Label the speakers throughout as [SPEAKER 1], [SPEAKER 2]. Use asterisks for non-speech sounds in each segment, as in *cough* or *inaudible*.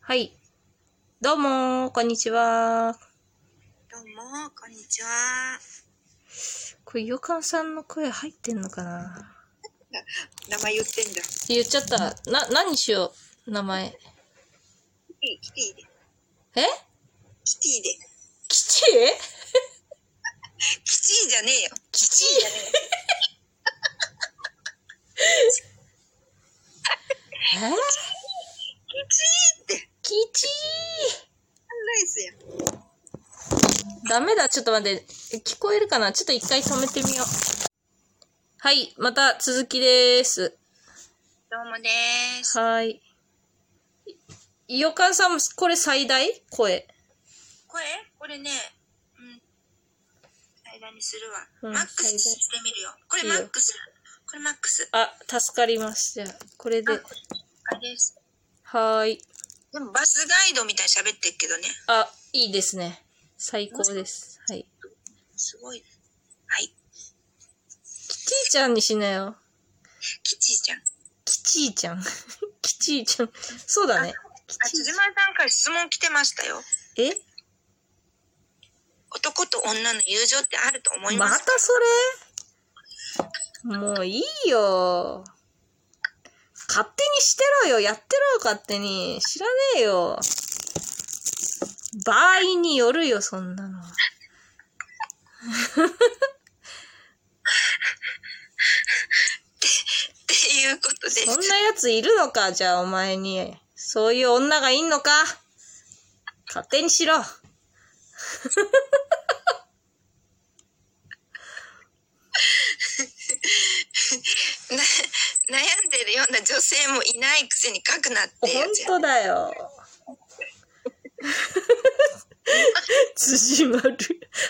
[SPEAKER 1] はい。どうもー、こんにちは。
[SPEAKER 2] どうも、こんにちは。
[SPEAKER 1] これ、よかんさんの声入ってんのかな
[SPEAKER 2] 名前言ってんだ。
[SPEAKER 1] 言っちゃった。な、何しよう、名前。
[SPEAKER 2] キティ、キティで。
[SPEAKER 1] え
[SPEAKER 2] キティで。
[SPEAKER 1] キチ
[SPEAKER 2] キチィじゃねえよ。
[SPEAKER 1] キ *laughs* チえ
[SPEAKER 2] キチィって。
[SPEAKER 1] キチ
[SPEAKER 2] サンライズや。
[SPEAKER 1] ダメだ、ちょっと待って。聞こえるかなちょっと一回止めてみよう。はい、また続きでーす。
[SPEAKER 2] どうもでーす。
[SPEAKER 1] はーい。いよかんさんも、これ最大声。
[SPEAKER 2] 声これね、うん。最大にするわ。
[SPEAKER 1] うん
[SPEAKER 2] マックスに
[SPEAKER 1] 最大
[SPEAKER 2] してみるよ。これ
[SPEAKER 1] いいよ
[SPEAKER 2] マックス。これマックス。
[SPEAKER 1] あ、助かります。じゃあ、これで。
[SPEAKER 2] あれです。
[SPEAKER 1] はーい。
[SPEAKER 2] でもバスガイドみたいに喋ってるけどね。
[SPEAKER 1] あ、いいですね。最高です。はい。
[SPEAKER 2] すごい。はい。
[SPEAKER 1] キチーちゃんにしなよ。
[SPEAKER 2] キチィじゃん。あ、
[SPEAKER 1] キチーちゃん。 *laughs* キチーちゃん。そうだね。
[SPEAKER 2] 辻丸さんから質問来てましたよ。
[SPEAKER 1] え
[SPEAKER 2] 男と女の友情ってあると思いま
[SPEAKER 1] ますた
[SPEAKER 2] か
[SPEAKER 1] それもういいよ。勝手にしてろよ。やってろよ、勝手に。知らねえよ。場合によるよ、そんなの。
[SPEAKER 2] っていうことです。
[SPEAKER 1] そんなやついるのかじゃあお前に。そういう女がいんのか勝手にしろ。
[SPEAKER 2] な悩んでるような女性もいないくせに書くなって
[SPEAKER 1] 本
[SPEAKER 2] やつや
[SPEAKER 1] 当だよ。辻丸。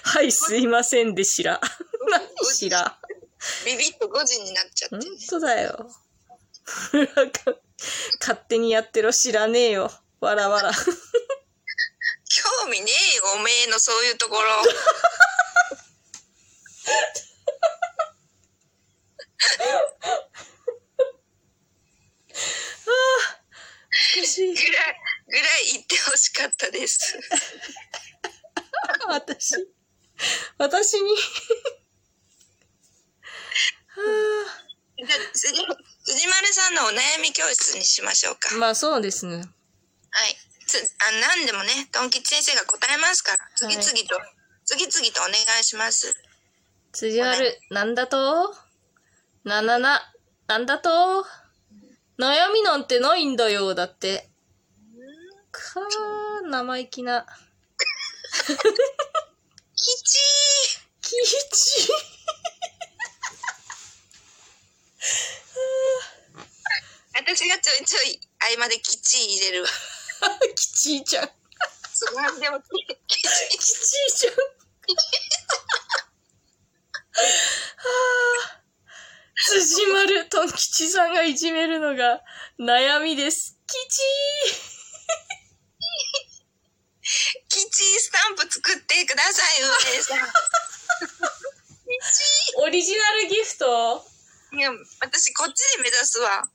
[SPEAKER 1] はい、すいませんでしら。何しら。
[SPEAKER 2] ビビッと5時になっちゃって
[SPEAKER 1] 本
[SPEAKER 2] ね
[SPEAKER 1] 当だよ。勝手にやってろ、知らねえよ。わらわら。
[SPEAKER 2] 興味ねえよおめえのそういうところ
[SPEAKER 1] *laughs* 私、
[SPEAKER 2] ぐらいぐらい言ってほしかったです
[SPEAKER 1] 私、私に。は
[SPEAKER 2] じゃあ辻辻丸さんのお悩み教室にしましょうか
[SPEAKER 1] あまあそうですね。
[SPEAKER 2] はいつあ何でもねドン吉先生が答えますから次々と、次々とお願いします
[SPEAKER 1] 辻丸、なんだとななな、なんだと悩みなんてないんだよ、だって。かー、生意気な。
[SPEAKER 2] キチ
[SPEAKER 1] キチ
[SPEAKER 2] ー私がちょいちょい合間でキチー入れる
[SPEAKER 1] *laughs*
[SPEAKER 2] わ
[SPEAKER 1] ーキチーちゃん。キ
[SPEAKER 2] すごいでもキチー
[SPEAKER 1] チーちゃん。はあ。辻丸、とん吉さんがいじめるのが悩みです。キチ
[SPEAKER 2] キチースタンプ作ってください、運営さん。
[SPEAKER 1] ーオリジナルギフト
[SPEAKER 2] いや、私こっちで目指すわ。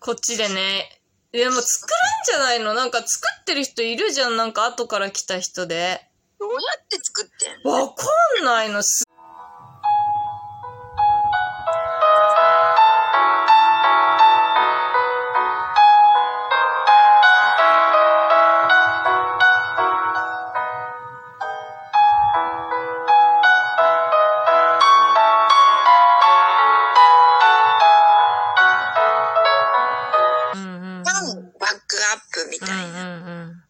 [SPEAKER 1] こっちでね。でも作らんじゃないのなんか作ってる人いるじゃん。なんか後から来た人で。
[SPEAKER 2] どうやって作ってんの
[SPEAKER 1] わかんないの。すうんうんうん
[SPEAKER 2] パンバックアップみた
[SPEAKER 1] う
[SPEAKER 2] い
[SPEAKER 1] ん
[SPEAKER 2] な。
[SPEAKER 1] うんうん。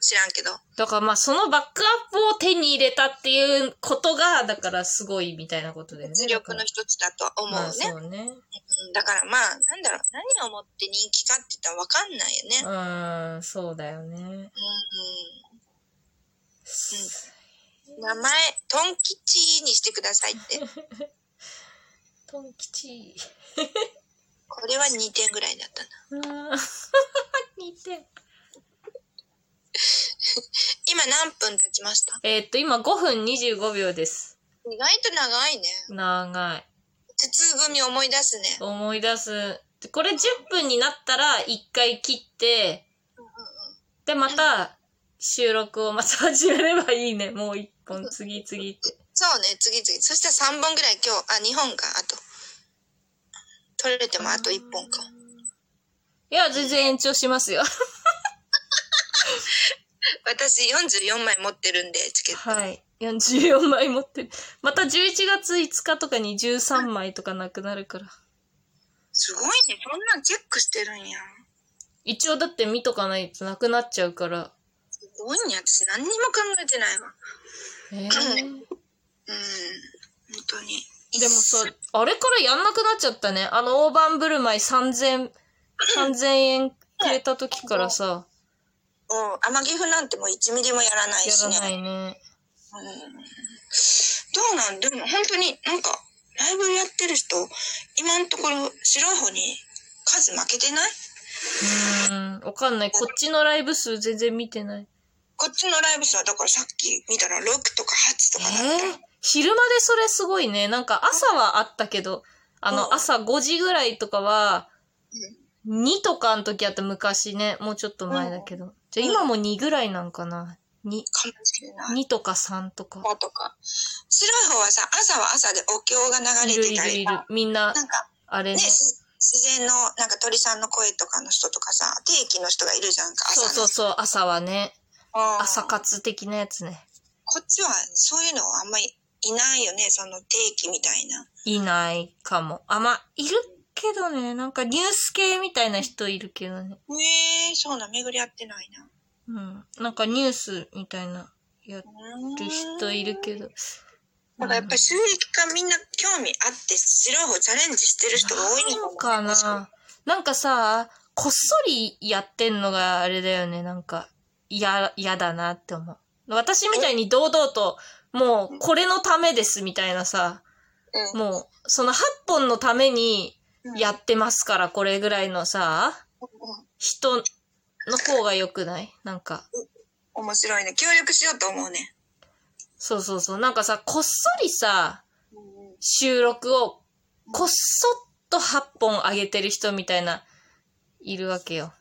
[SPEAKER 2] 知らんけど。
[SPEAKER 1] だからまあそのバックアップを手に入れたっていうことが、だからすごいみたいなことだよね。
[SPEAKER 2] 実力の一つだとは思う
[SPEAKER 1] まあ
[SPEAKER 2] ね。
[SPEAKER 1] そうね。
[SPEAKER 2] うんだからまあ、なんだろう、何をもって人気かって言ったらわかんない
[SPEAKER 1] う
[SPEAKER 2] よね。うん
[SPEAKER 1] ーん、そうだよね。
[SPEAKER 2] うん。名前、トン吉にしてくださいって。
[SPEAKER 1] トン吉。 *laughs*
[SPEAKER 2] これは2点ぐらいだったな。
[SPEAKER 1] あー似て。
[SPEAKER 2] 今何分経ちました
[SPEAKER 1] えーっと、今5分25秒です。
[SPEAKER 2] 意外と長いね。
[SPEAKER 1] 長い。
[SPEAKER 2] 鉄組思い出すね。
[SPEAKER 1] 思い出す。これ10分になったら1回切って、で、また、収録をまた始めればいいね。もう一本、次々って。
[SPEAKER 2] そうね、次々。そしたら3本ぐらい今日、あ、2本か、あと。取れてもあと1本か。
[SPEAKER 1] いや、全然延長しますよ。
[SPEAKER 2] 私44枚持ってるんで、チケット。
[SPEAKER 1] はい。44枚持ってる。また11月5日とかに13枚とかなくなるから。
[SPEAKER 2] すごいね、そんなんチェックしてるんや。
[SPEAKER 1] 一応だって見とかないとなくなっちゃうから。
[SPEAKER 2] すごいね、私何にも考えてないわ。
[SPEAKER 1] えー
[SPEAKER 2] うん、本当に。
[SPEAKER 1] でもさ、あれからやんなくなっちゃったね。あの、大盤振る舞い3000、3000円くれた時からさ、
[SPEAKER 2] うん、天岐阜なんてもう1ミリもやらない
[SPEAKER 1] や
[SPEAKER 2] しね。
[SPEAKER 1] らないね。
[SPEAKER 2] うんどうなんでも本当になんかライブやってる人今のところ白い方に数負けてないう
[SPEAKER 1] ーん、わかんない。こっちのライブ数全然見てない。
[SPEAKER 2] こっちのライブ数はだからさっき見たら6とか8と
[SPEAKER 1] え
[SPEAKER 2] かだった、
[SPEAKER 1] ー、昼間でそれすごいね。なんか朝はあったけど、あ
[SPEAKER 2] う
[SPEAKER 1] の
[SPEAKER 2] ん
[SPEAKER 1] 朝5時ぐらいとかは、2とかの時あった昔ね。もうちょっと前だけど。じゃあ今も2ぐらいなんかな。2、
[SPEAKER 2] かもしれない
[SPEAKER 1] 2とか3とか。
[SPEAKER 2] 5とか白い方はさ朝は朝でお経が
[SPEAKER 1] い
[SPEAKER 2] 流れ
[SPEAKER 1] る
[SPEAKER 2] て
[SPEAKER 1] い
[SPEAKER 2] た
[SPEAKER 1] る
[SPEAKER 2] り
[SPEAKER 1] い
[SPEAKER 2] さ
[SPEAKER 1] る。みんな、
[SPEAKER 2] なんか
[SPEAKER 1] あれ
[SPEAKER 2] ね
[SPEAKER 1] ね。
[SPEAKER 2] し自然のなんか鳥さんの声とかの人とかさ定期の人がいるじゃんか
[SPEAKER 1] そ
[SPEAKER 2] 朝
[SPEAKER 1] う
[SPEAKER 2] の
[SPEAKER 1] そうそう、朝はね。
[SPEAKER 2] うん
[SPEAKER 1] 朝活的なやつね。
[SPEAKER 2] こっちはそういうのあんまりいないよねその定期みたいない
[SPEAKER 1] ないかも。あ、まあ、いるけどね。なんかニュース系みたいな人いるけどね。
[SPEAKER 2] ええそうなん巡り合ってないな
[SPEAKER 1] うん。なんかニュースみたいなやっ
[SPEAKER 2] う
[SPEAKER 1] てる人いるけど。
[SPEAKER 2] だからやっぱり収益化みんな興味あって白い方チャレンジしてる人が多い
[SPEAKER 1] な
[SPEAKER 2] の
[SPEAKER 1] のかななんかさ、こっそりやってんのがあれだよね。なんか、や、やだなって思う。私みたいに堂々と、もう、これのためですみたいなさ、
[SPEAKER 2] う
[SPEAKER 1] もう、その8本のために
[SPEAKER 2] ん
[SPEAKER 1] やってますから、これぐらいのさ、人の方が良くないなんか、
[SPEAKER 2] 面白いね協力しようと思うね
[SPEAKER 1] そうそうそう。なんかさ、こっそりさ、収録を、こっそっと8本上げてる人みたいな、いるわけよ。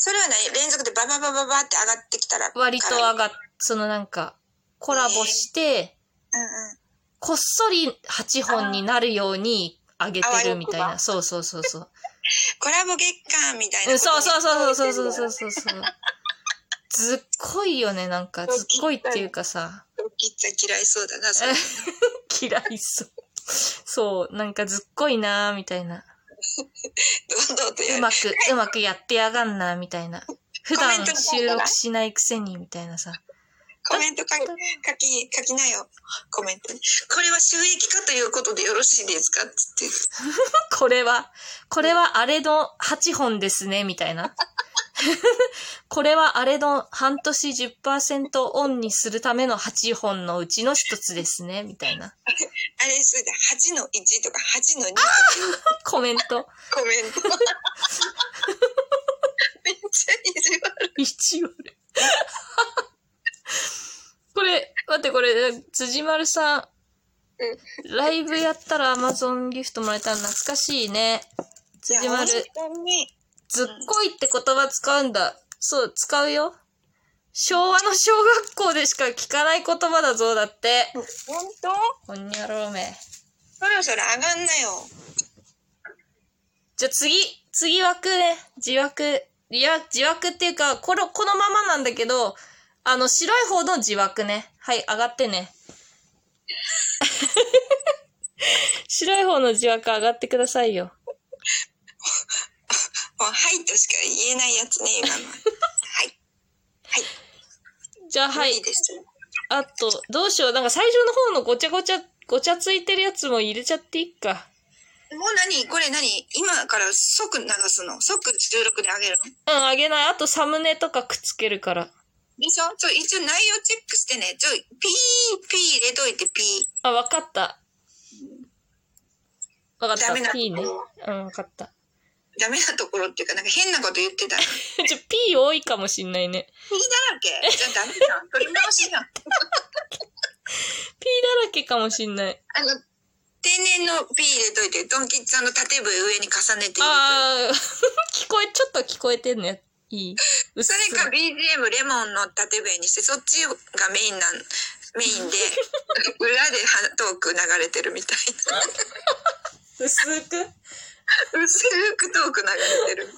[SPEAKER 2] それはね連続でバババババって上がってきたら
[SPEAKER 1] 割と上
[SPEAKER 2] うんうん
[SPEAKER 1] がっ、そのなんか、コラボして、こっそり8本になるように上げてるみたい
[SPEAKER 2] あわよく
[SPEAKER 1] な。そうそうそうそう。
[SPEAKER 2] コラボ月間みたいな
[SPEAKER 1] うん、
[SPEAKER 2] こと
[SPEAKER 1] そう
[SPEAKER 2] ね
[SPEAKER 1] そうそうそうそうそうそうそう。ずっこいよね、なんか。ずっこいっていうか *laughs* さ、
[SPEAKER 2] ドキッちゃん嫌いそうだなそれ
[SPEAKER 1] 嫌いそう。そう、なんかずっこいなーみたいな。
[SPEAKER 2] どんどんとや
[SPEAKER 1] う
[SPEAKER 2] る
[SPEAKER 1] まく、うまくやってやがんな、みたいな。普段
[SPEAKER 2] コメントの方
[SPEAKER 1] 収
[SPEAKER 2] が
[SPEAKER 1] 録しないくせに、みたいなさ。
[SPEAKER 2] コメント書き書き書きなよコメントにこれは収益化ということでよろしいですかっつって
[SPEAKER 1] これは、これはあれの8本ですね、みたいな。 *laughs* これはあれの半年10%オンにするための8本のうちの一つですね、みたいな。
[SPEAKER 2] あれそれで8の1とか8の2とかいう
[SPEAKER 1] コメント。
[SPEAKER 2] コメント。めっちゃ意地悪。
[SPEAKER 1] 一応ね *laughs* これ、待ってこれ、辻丸さん。ライブやったら Amazon ギフトもらえたら懐かしいね。辻丸、ずっ
[SPEAKER 2] 本に。
[SPEAKER 1] こいって言葉使うんだ。そう、使うよ。昭和の小学校でしか聞かない言葉だぞ、だって。
[SPEAKER 2] 本当
[SPEAKER 1] こんにゃろうめ。
[SPEAKER 2] そろそろ上がんなよ。
[SPEAKER 1] じゃあ次、次枠ね。自枠。いや、自枠っていうか、この、このままなんだけど、あの、白い方の自枠ね。はい、上がって
[SPEAKER 2] *laughs*
[SPEAKER 1] ね。白い方の自枠上がってくださいよ。
[SPEAKER 2] もう、はいとしか言えないや
[SPEAKER 1] *laughs*
[SPEAKER 2] つね、今のは。はい。
[SPEAKER 1] じゃあ、はい
[SPEAKER 2] 無。理です。
[SPEAKER 1] あと、どうしよう。なんか最初の方のごちゃごちゃ、ごちゃついてるやつも入れちゃっていいか。
[SPEAKER 2] もう何これ何今から即流すの即収録で上げるの
[SPEAKER 1] うん、あげない。あとサムネとかくっつけるから。
[SPEAKER 2] でしょちょ、一応内容チェックしてね。ちょ、ピー、ピー入れといて、ピー。
[SPEAKER 1] あ、わかった。わかった
[SPEAKER 2] ダメ。な
[SPEAKER 1] P ね。うん、わかった。
[SPEAKER 2] ダメなところっていうか、なんか変なこと言ってた。ピー
[SPEAKER 1] ちょ、P 多いかもしんないね。
[SPEAKER 2] だらけじゃあダメじゃん。取り直しじゃん。
[SPEAKER 1] P だらけかもしんない。
[SPEAKER 2] あの、天然の P 入れといて、ドンキッツさんの縦部上に重ねて入れといて。
[SPEAKER 1] *laughs* あー、聞こえ、ちょっと聞こえてんね。いい。うっ
[SPEAKER 2] *laughs* それか BGM レモンの縦笛にしてそっちがメインなんメインで裏ではトーク流れてるみたいな
[SPEAKER 1] 薄く
[SPEAKER 2] 薄くトーク流れてる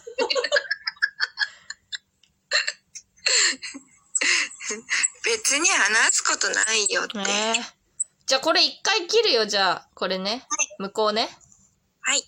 [SPEAKER 2] 別に話すことないよって、
[SPEAKER 1] ねえじゃあこれ一回切るよ、じゃあ。これね。
[SPEAKER 2] はい
[SPEAKER 1] 向こうね。
[SPEAKER 2] はい